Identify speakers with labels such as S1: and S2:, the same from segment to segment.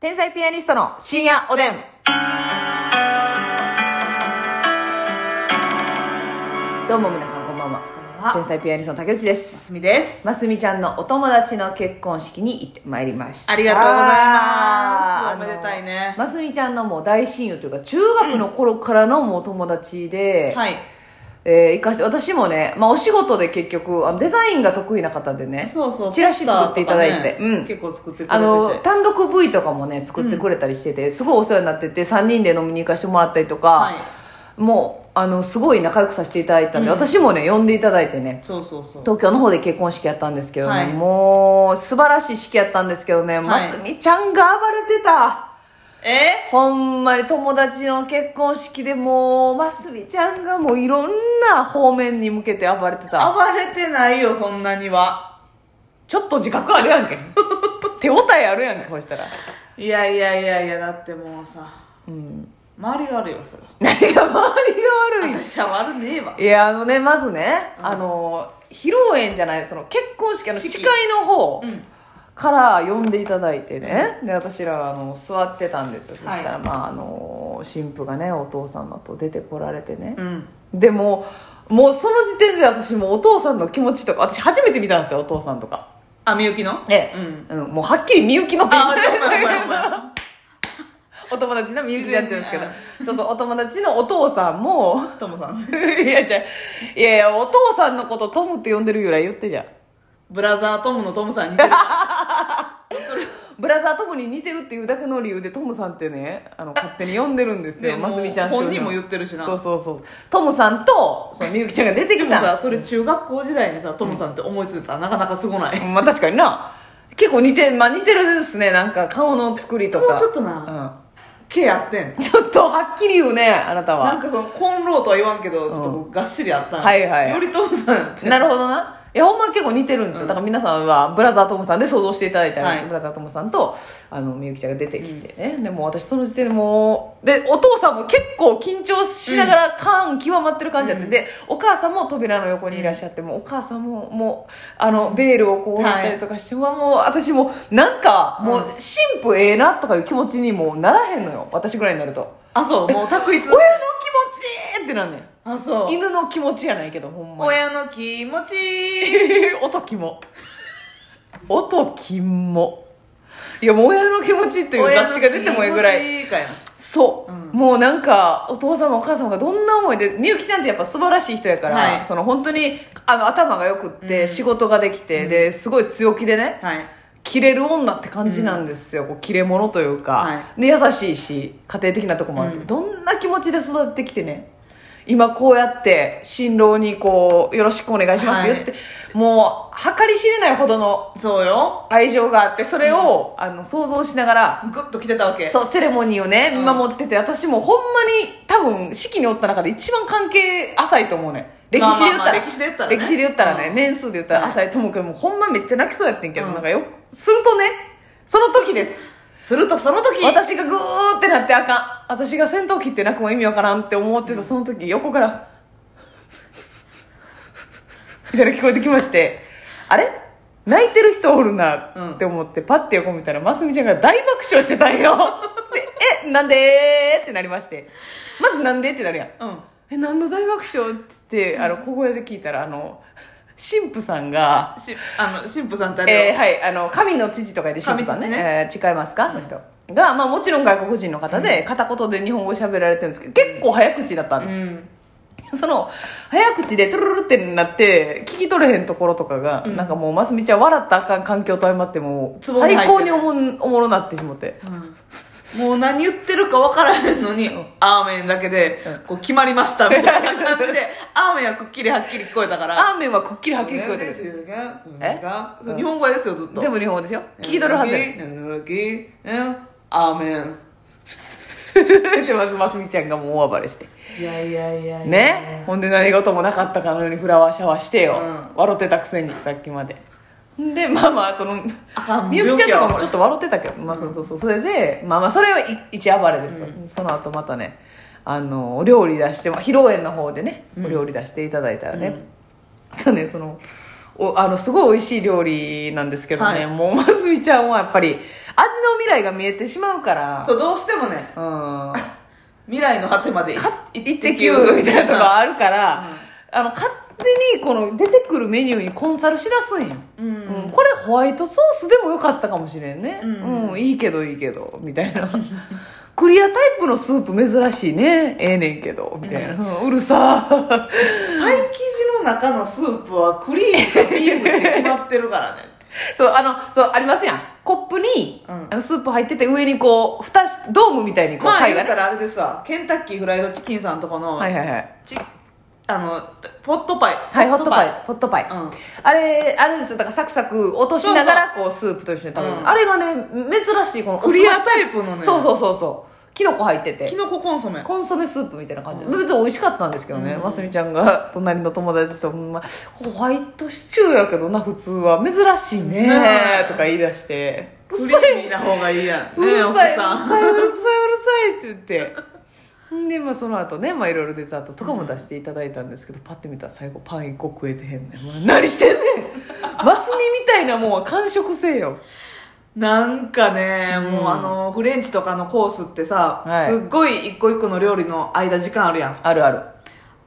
S1: 天才ピアニストの深夜おでん。どうも皆さんこんばんは。天才ピアニストの竹内です。
S2: すみです。
S1: ますみちゃんのお友達の結婚式に行ってまいりました。
S2: ありがとうございます
S1: あー
S2: おめでたいね
S1: あのますみちゃんのもう大親友というか、中学の頃からのもう友達で、
S2: はい。
S1: えー行かして、私もね、まあお仕事で結局、あのデザインが得意な方でね、
S2: そうそう。
S1: チラシ作っていただいて
S2: ポスターとかね
S1: うん
S2: 結構作ってくれてて。
S1: あの単独 V とかもね作ってくれたりしてて、すごいお世話になってて3人で飲みに行かせてもらったりとか、
S2: はい
S1: もうあのすごい仲良くさせていただいたんで、
S2: うん
S1: 私もね呼んでいただいてね
S2: そうそうそう。
S1: 東京の方で結婚式やったんですけどね、
S2: はい
S1: もう素晴らしい式やったんですけどね、
S2: はい
S1: ますみちゃんが暴れてた
S2: え
S1: ほんまに友達の結婚式でもうますみちゃんがもういろんな方面に向けて暴れてた
S2: 暴れてないよ、そんなには。
S1: ちょっと自覚あるやんけ手応えあるやんけこうしたら
S2: いやいやいやいや、だってもうさ、
S1: うん
S2: 周りが悪いわ、それは。
S1: 何が周りが悪いの
S2: 私は悪ねえわ。
S1: いやあのねまずね、
S2: うん
S1: あの披露宴じゃないその結婚式あの
S2: 式
S1: 司会の方
S2: うん。
S1: から呼んでいただいてね、で私らあの座ってたんですよそした
S2: はい
S1: ら、まああの新婦がねお父さんだと出てこられてね
S2: う、ん。
S1: でももうその時点で私もうお父さんの気持ちとか私初めて見たんですよお父さんとか
S2: あ、みゆきの
S1: え
S2: うん。
S1: え、うん、もうはっきりみゆきのって言
S2: あ、
S1: っ
S2: ご
S1: て
S2: めんごめんごめんごめん。
S1: お友達のみゆきでやってるんですけど
S2: 自
S1: そうそうお友達のお父さんも
S2: ともさん。
S1: いやじゃいやいやお父さんのことトムって呼んでるぐらい言ってじゃん
S2: ブラザートムのトムさんに似てる。
S1: ブラザートムに似てるっていうだけの理由でトムさんってねあの勝手に呼んでるんですよ、
S2: ね
S1: ますみちゃん
S2: もう
S1: 周辺
S2: 本人も言ってるしな
S1: そうそうそうトムさんとそのみゆきちゃんが出て
S2: で
S1: き
S2: もさ
S1: た、
S2: それ中学校時代にさ、トムさんって思いついたらなかなかすごない。
S1: まあ確かにな結構似て,、まあ、似てるですねなんか顔の作りとか
S2: もうちょっとな毛あってん。
S1: うん、ちょっとはっきり言うねあなたは
S2: なんかそのコンローとは言わんけど、
S1: ん
S2: ちょっとこうがっしりあったんよ
S1: はいはい
S2: よりともさんって
S1: なるほどな。いや、ほんま結構似てるんですよ。だから皆さんは、ブラザートムさんで想像していただいたら、
S2: はい
S1: ブラザートムさんと、あの、みゆきちゃんが出てきてね。でも私その時点でもう、で、お父さんも結構緊張しながら、感極まってる感じやって、
S2: うん
S1: で、お母さんも扉の横にいらっしゃって、もうお母さんも、もう、あの、ベールをこう、下ろしたりとかして、うわもう、私も、なんか、もう、神父ええなとかいう気持ちにもうならへんのよ。私ぐらいになると。
S2: あそうもう択一
S1: 親の気持ちってなんねん。
S2: あそう
S1: 犬の気持ちやないけど、ほんまに。
S2: 親の気持ち
S1: えー 音キモ音キモいやもう親の気持ちっていう雑誌が出てもええぐらい
S2: いかよ
S1: そう、
S2: うん
S1: もうなんかお父様お母様がどんな思いでみゆきちゃんってやっぱ素晴らしい人やから、
S2: はい
S1: その本当にあの頭がよくって、
S2: うん
S1: 仕事ができて、ですごい強気でね
S2: はい
S1: 切れる女って感じなんですよ、こう切れ者というか、
S2: は
S1: で優しいし家庭的なとこもあって、
S2: うん
S1: どんな気持ちで育ってきてね今こうやって新郎にこうよろしくお願いしますって言って、もう計り知れないほどの
S2: そうよ
S1: 愛情があってそれを、あの想像しながら
S2: グッと来てたわけ
S1: そうセレモニーをね
S2: うん
S1: 見守ってて、私もほんまに多分式におった中で一番関係浅いと思うねん歴史で言ったら、
S2: まあまあまあ歴史で言ったらね
S1: 歴史で言ったらね、
S2: うん
S1: 年数で言ったら浅いと思うけどもうほんまめっちゃ泣きそうやってんけど、
S2: うん
S1: なんかよするとねその時です
S2: するとその時
S1: 私がグーってなってあかん私が戦闘機って泣くも意味わからんって思ってたその時横からみたいな聞こえてきましてあれ泣いてる人おるなって思って、パッて横見たらますみちゃんが大爆笑してたんよでえなんでってなりましてまずなんでってなるやん
S2: うん
S1: え何の大爆笑っつってあの小声で聞いたらあの神父さんが
S2: しあの神父さんってあれ
S1: えー、
S2: よ
S1: はい、あの、神の知事とかで、神父さんね、
S2: 神父
S1: えー、誓いますかの人が、まあもちろん外国人の方で、片言で日本語喋られてるんですけど、結構早口だったん
S2: う
S1: です。
S2: ん
S1: その、早口でトゥルルルってなって、聞き取れへんところとかが、
S2: うん
S1: なんかもう、ますみちゃん笑ったらあかん環境と相まってもう、
S2: ツボに入って
S1: 最
S2: る
S1: 高におもんおもろなってしもって。
S2: うんもう何言ってるか分からへんのに、アーメンだけで
S1: うん、
S2: こう決まりましたみたいな感じ で、アーメンはくっきりはっきり聞こえたから。
S1: ラーメンはくっきりはっきり聞こえてくる。え
S2: えそう日本語ですよずっと
S1: 全部日本語ですよ。聞き取るはず や。
S2: アーメン
S1: で、まずますみちゃんがもう大暴れして。
S2: いやいやいやいや
S1: ね、ほんで何事もなかったかのようにフラワーシャワーしてよ、
S2: うん
S1: 笑ってたくせにさっきまででまあまあその
S2: あかん
S1: みゆきちゃんとかもちょっ
S2: と
S1: と笑ってたけど、まあそうそうそうそれでまあまあそれはい一暴れですよ、その後またねあのお料理出してまあ披露宴の方でね
S2: うん
S1: お料理出していただいたらね、あとねそのおあのすごい美味しい料理なんですけどね、
S2: はい
S1: もうますみちゃんはやっぱり味の未来が見えてしまうから
S2: そう、どうしてもね、
S1: うん
S2: 未来の果てまで
S1: 一滴みたいなとこあるから、あの勝手にこの出てくるメニューにコンサルしだすんよ、
S2: うん
S1: うんこれホワイトソースでもよかったかもしれんね、
S2: う
S1: うんんいいけどいいけどみたいな クリアタイプのスープ珍しいねええねんけどみたいな、うんうるさ
S2: パイ生地の中のスープはクリームかビームって決まってるからね。
S1: そうあのそうありますやんコップに、
S2: うん
S1: あのスープ入ってて上にこう蓋しドームみたい にこう
S2: まあ、
S1: 貝が
S2: 言っ
S1: ね
S2: たらあれでさ、ケンタッキーフライドチキンさんとこの、
S1: はいはいはい
S2: ちあの、ポットパイ。
S1: はいホットパイホットパイ、
S2: うん。
S1: あれ、あれですよ。だからサクサク落としながら、こう、スープと一緒に食べる。
S2: うん
S1: あれがね、珍しい、この
S2: クリアタイプのね
S1: そうそうそうそう。キノコ入ってて
S2: キ。ノココンソメ。
S1: コンソメスープみたいな感じで。
S2: うん
S1: 別に美味しかったんですけどね。
S2: うん
S1: ますみちゃんが隣の友達と、ほんま、ホワイトシチューやけどな、普通は。珍しいね
S2: ねえ
S1: とか言い出して。う
S2: ク
S1: る
S2: リ
S1: さい、
S2: ーミーな方がいいやん。
S1: うるさい、うるさい、うる
S2: 奥さん。
S1: さい、うるさいって言って。んで、まあ、その後ね、まあ、いろいろデザートとかも出していただいたんですけど、パッて見たら最後パン1個食えてへんねん。もう何してんねんマスミみたいなもんは完食せえよ。
S2: なんかね、
S1: うん
S2: もうあの、フレンチとかのコースってさ、
S1: はい
S2: すっごい一個一個の料理の間時間あるやん。
S1: あるある。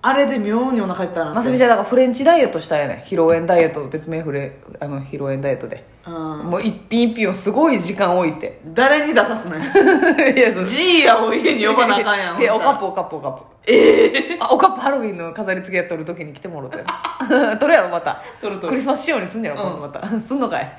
S2: あれで妙にお腹いっぱいにな
S1: マ
S2: っ
S1: ス
S2: て。
S1: ミちゃん、だからフレンチダイエットしたんやねん。披露宴ダイエット、別名フレ、あの、披露宴ダイエットで。
S2: うん。
S1: もう一品一品をすごい時間置いて。
S2: 誰に出さすねん。
S1: いや、そう。
S2: ジーヤを家に呼ばなあかんや ん。
S1: いや、
S2: ほ
S1: お
S2: ん
S1: か
S2: な
S1: らっぽおかっぽおかっぽ。ええあ、おかっぽハロウィンの飾り付けやっとる時に来てもろて。 撮るやろ、また。
S2: 取る
S1: ク
S2: 取
S1: リ
S2: る
S1: スマス仕様にすんねやろ、
S2: うん
S1: 今度また すんのかい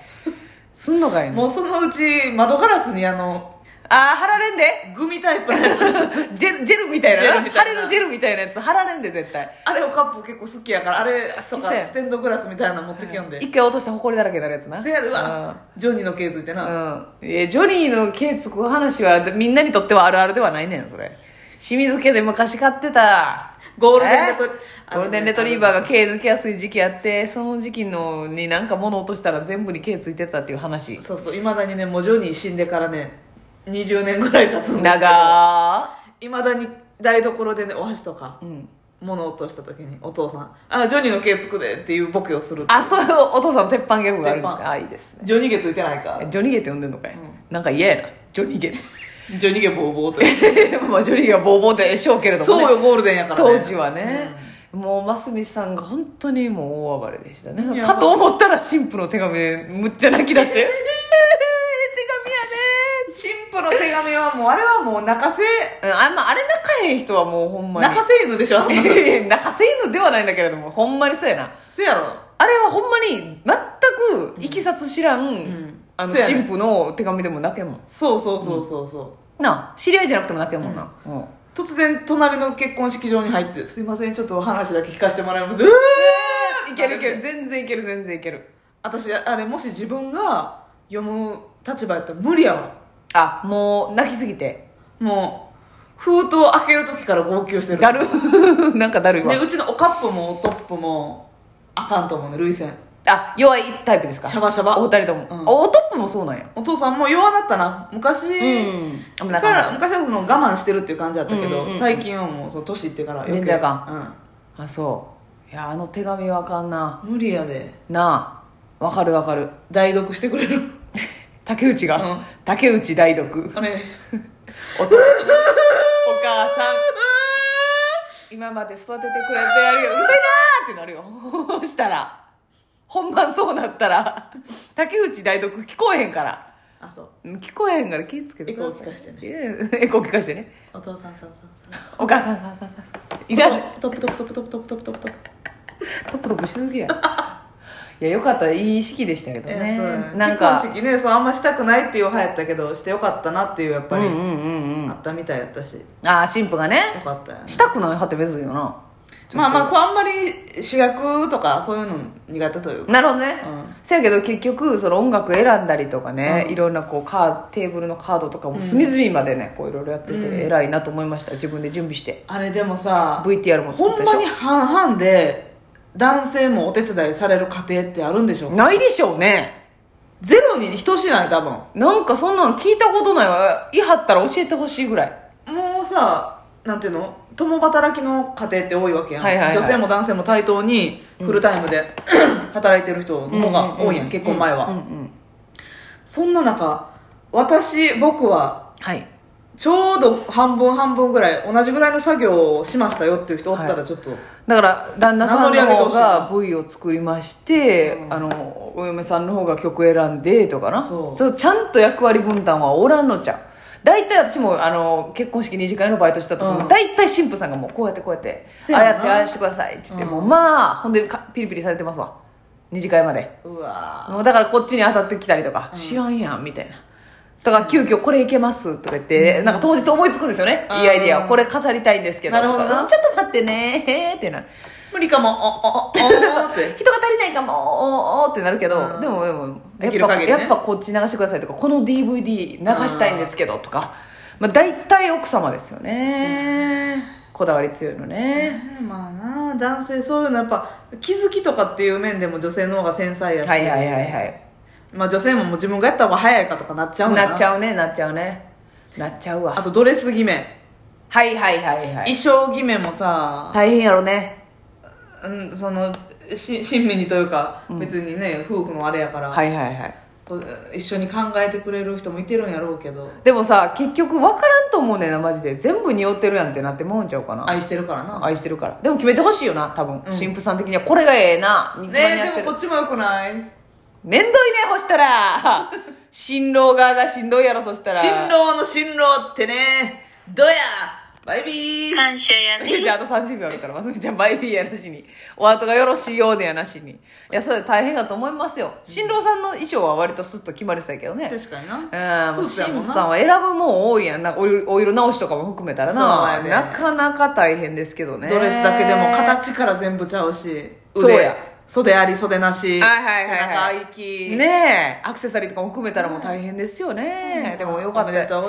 S1: すんのかいね
S2: もうそのうち窓ガラスにあの
S1: ああ貼られん で
S2: グミタイプの やつ
S1: ジェルジェルみたい
S2: ジェ
S1: な
S2: ルみた
S1: 貼
S2: いな
S1: れるジェルみたいなやつ貼られんで絶対
S2: あれおカップ結構好きやからあれと
S1: 好きそう
S2: か
S1: や
S2: ステンドグラスみたいなの持ってきよんで、
S1: 一回落としたら埃だらけになるやつな
S2: せやでうわジョニーの系付いて
S1: う
S2: な、
S1: ん、うん、いやジョニーの毛つく話はみんなにとってはあるあるではないねんそれ清水家で昔飼ってた
S2: ゴールデンレトリ
S1: えゴールデンレトリーバーが毛抜けやすい時期あってその時期のになんか物落としたら全部に毛ついてたっていう話
S2: そうそういまだにねもうジョニー死んでからね20年ぐらい経つんですけど
S1: 長
S2: いまだに台所でねお箸とか
S1: ーうん
S2: 物落とした時にお父さん「あジョニーの毛つくで」っていうボケをする
S1: あそういうお父さんの鉄板ギャグがあるんです
S2: 鉄板
S1: かあいいですね
S2: ジョニー毛ついてないか
S1: ジョニーゲって呼んでんのかい、なんか嫌やな。ジョニーゲ っ
S2: ジョニー毛ボーボーという
S1: て。まあ、ジョニーゲはボーボーでしょうけれども、
S2: そ
S1: ね。
S2: うよゴールデンやから、
S1: 当
S2: ね、
S1: 時はね。もう、ますみさんが本当にもう大暴れでした
S2: い
S1: ね。
S2: や
S1: かと思ったら、神父の手紙でむっちゃ泣き出して。手紙やね
S2: 神父の手紙はもうあれはもう泣かせ
S1: うんあんま、あれ泣かへん人はもうほんまに。
S2: 泣かせ犬でしょ
S1: せ泣かせ犬ではないんだけれども、ほんまにそうやな。
S2: せやろ
S1: あれはほんまに、全く、いきさつ知らん、
S2: ん
S1: あの、
S2: そうやね
S1: 神父の手紙でも泣けんもん。
S2: そうそうそうそうそう、
S1: なあ、知り合いじゃなくても泣けんもんな。うん
S2: 突然隣の結婚式場に入って「すいませんちょっとお話だけ聞かせてもらいます」うわー
S1: いけるいける、全然いける、全然いける。
S2: 私あれもし自分が読む立場やったら無理やわ
S1: あ、もう泣きすぎて。
S2: もう封筒開ける時から号泣してる
S1: だる。 なんかだるいわ
S2: で。うちのおカップもおトップもあかんと思うね涙腺
S1: あ、弱いタイプですか
S2: シャバシャ
S1: お
S2: バ
S1: 二人とも。
S2: うん
S1: あおトップもそうなんや。
S2: お父さんも弱なったな昔、
S1: うん。あんまな
S2: だか
S1: からっ
S2: 昔はその我慢してるっていう感じだったけど、
S1: うんうんうん
S2: 最近はもうその年いってから余計
S1: 全然あ
S2: か
S1: た。あ、そう。いや、あの手紙わかんな。
S2: ん、無理やで
S1: なあ。わかるわかる。
S2: 代読してく れる
S1: 竹内が。
S2: うん
S1: 竹内大読。
S2: お願いします
S1: お父お母さん。 今まで育ててくれてありがとう。うるさいなーってなるよ。 そしたら。本番そうなったら、竹内大読聞こえへんから。
S2: あそう
S1: うん聞こえへんから気ぃつけてください
S2: エコー聞かしてね
S1: いやいやエコー聞かしてね
S2: お父さんさんさん
S1: お母さんさんさんさんいらん
S2: トップトップトップトップトップトップトップ
S1: トップトップしすぎやいやよかったいい式でしたけど
S2: いやそう
S1: ね
S2: ね
S1: なん
S2: 結
S1: か
S2: 婚式ねそうあんましたくないっていう派やったけどしてよかったなっていうやっ
S1: う
S2: ぱ
S1: ん
S2: り、
S1: うんうんうんあ
S2: あったみたいやったしよ
S1: あー神父がね
S2: かったよね
S1: したくない派って別によな
S2: まあまあそうあんまり主役とかそういうの苦手というか
S1: なるほどね、
S2: うん
S1: せやけど結局その音楽選んだりとかね、
S2: うん
S1: いろんなこうカーテーブルのカードとかも隅々までね、こういろいろやってて
S2: うん
S1: 偉いなと思いました自分で準備して
S2: あれでもさ
S1: VTR も作ったで
S2: ほん
S1: しょ
S2: まに半々で男性もお手伝いされる家庭ってあるんでしょうか
S1: ないでしょうね
S2: ゼロに等しない多分
S1: なんかそんなん聞いたことないわ。いはったら教えてほしいぐらい。
S2: もうさなんていうの共働きの家庭って多いわけやん、
S1: はいはいはい
S2: 女性も男性も対等にフルタイムで、 働いてる人の方が多いやん、結婚前は、
S1: うんうん
S2: そんな中私僕は
S1: はい
S2: ちょうど半分半分ぐらい同じぐらいの作業をしましたよっていう人おったらちょっと、
S1: だから旦那さんの
S2: 名乗り上げて
S1: 方
S2: ほしいな
S1: が V を作りまして、
S2: うん
S1: あのお嫁さんの方が曲選んでとかな
S2: そう
S1: ちゃんと役割分担はおらんのじゃん大体私もあの結婚式二次会のバイトしてた時
S2: うん
S1: も大体、新婦さんがもうこうやってこうやって
S2: せ
S1: あ
S2: や
S1: あ
S2: な
S1: やってああやしてくださいって言って、
S2: うん
S1: もうまあほんでかピリピリされてますわ二次会まで
S2: うわ
S1: もうだからこっちに当たってきたりとか、
S2: うん
S1: 知らんやんみたいなとか急遽これいけますとか言って、なんか当日思いつくんですよね、
S2: うん
S1: いいアイディアをこれ飾りたいんですけど
S2: なるほど
S1: と
S2: な
S1: かうんちょっと待ってねーってなる
S2: 無理かもおおおおーって
S1: 人が足りないかもおーおーってなるけど、
S2: うん
S1: でもでも
S2: でき
S1: や
S2: る
S1: っぱ、
S2: 限りね
S1: やっぱこっち流してくださいとかこの DVD 流したいんですけどとか、まあ、大体奥様ですよねこだわり強いのね、
S2: ねまあな男性そういうのやっぱ気づきとかっていう面でも女性の方が繊細やし、
S1: はいはいはいはい
S2: まあ、女性ももう自分がやった方が早いかとかなっちゃうんだ
S1: なっちゃうねなっちゃうねなっちゃう
S2: あ
S1: わ
S2: とドレス決め、
S1: はいはいはいはい
S2: 衣装決めもさ、
S1: 大変やろね
S2: うん、そのし親身にというか、
S1: うん
S2: 別にね夫婦のあれやから、
S1: はいはいはい
S2: こう一緒に考えてくれる人もいてるんやろうけど
S1: でもさ結局分からんと思うねんなマジで全部匂ってるやんってなってまうんちゃうかな
S2: 愛してるからな
S1: 愛してるからでも決めてほしいよな多分、
S2: うん
S1: 新婦さん的にはこれがええな肉まんや
S2: ね
S1: っ
S2: え
S1: て
S2: で
S1: る
S2: もこっちもよくない
S1: めんどいねほしたら新郎側がしんどいやろそしたら
S2: 新郎の新郎ってねどやバイビー
S3: 感謝やね。
S1: じゃああと30秒あるからますみちゃんバイビーやなしにお後がよろしいようでやなしにいやそれ大変だと思いますよ新郎さんの衣装は割とスッと決まりそうやけどね
S2: 確かに
S1: う、
S2: なん
S1: もう
S2: スーツや
S1: 新
S2: もんな
S1: 婦さんは選ぶもん多いやんなお色お色直しとかも含めたらな、
S2: そうやね
S1: なかなか大変ですけどね
S2: ドレスだけでも形から全部ちゃうし
S1: そうや
S2: 腕袖あり袖なし
S1: はいはいはいはい
S2: 背中行き
S1: ねえアクセサリーとかも含めたらもう大変ですよね、
S2: うん
S1: でもよかっ
S2: お
S1: た
S2: めでとう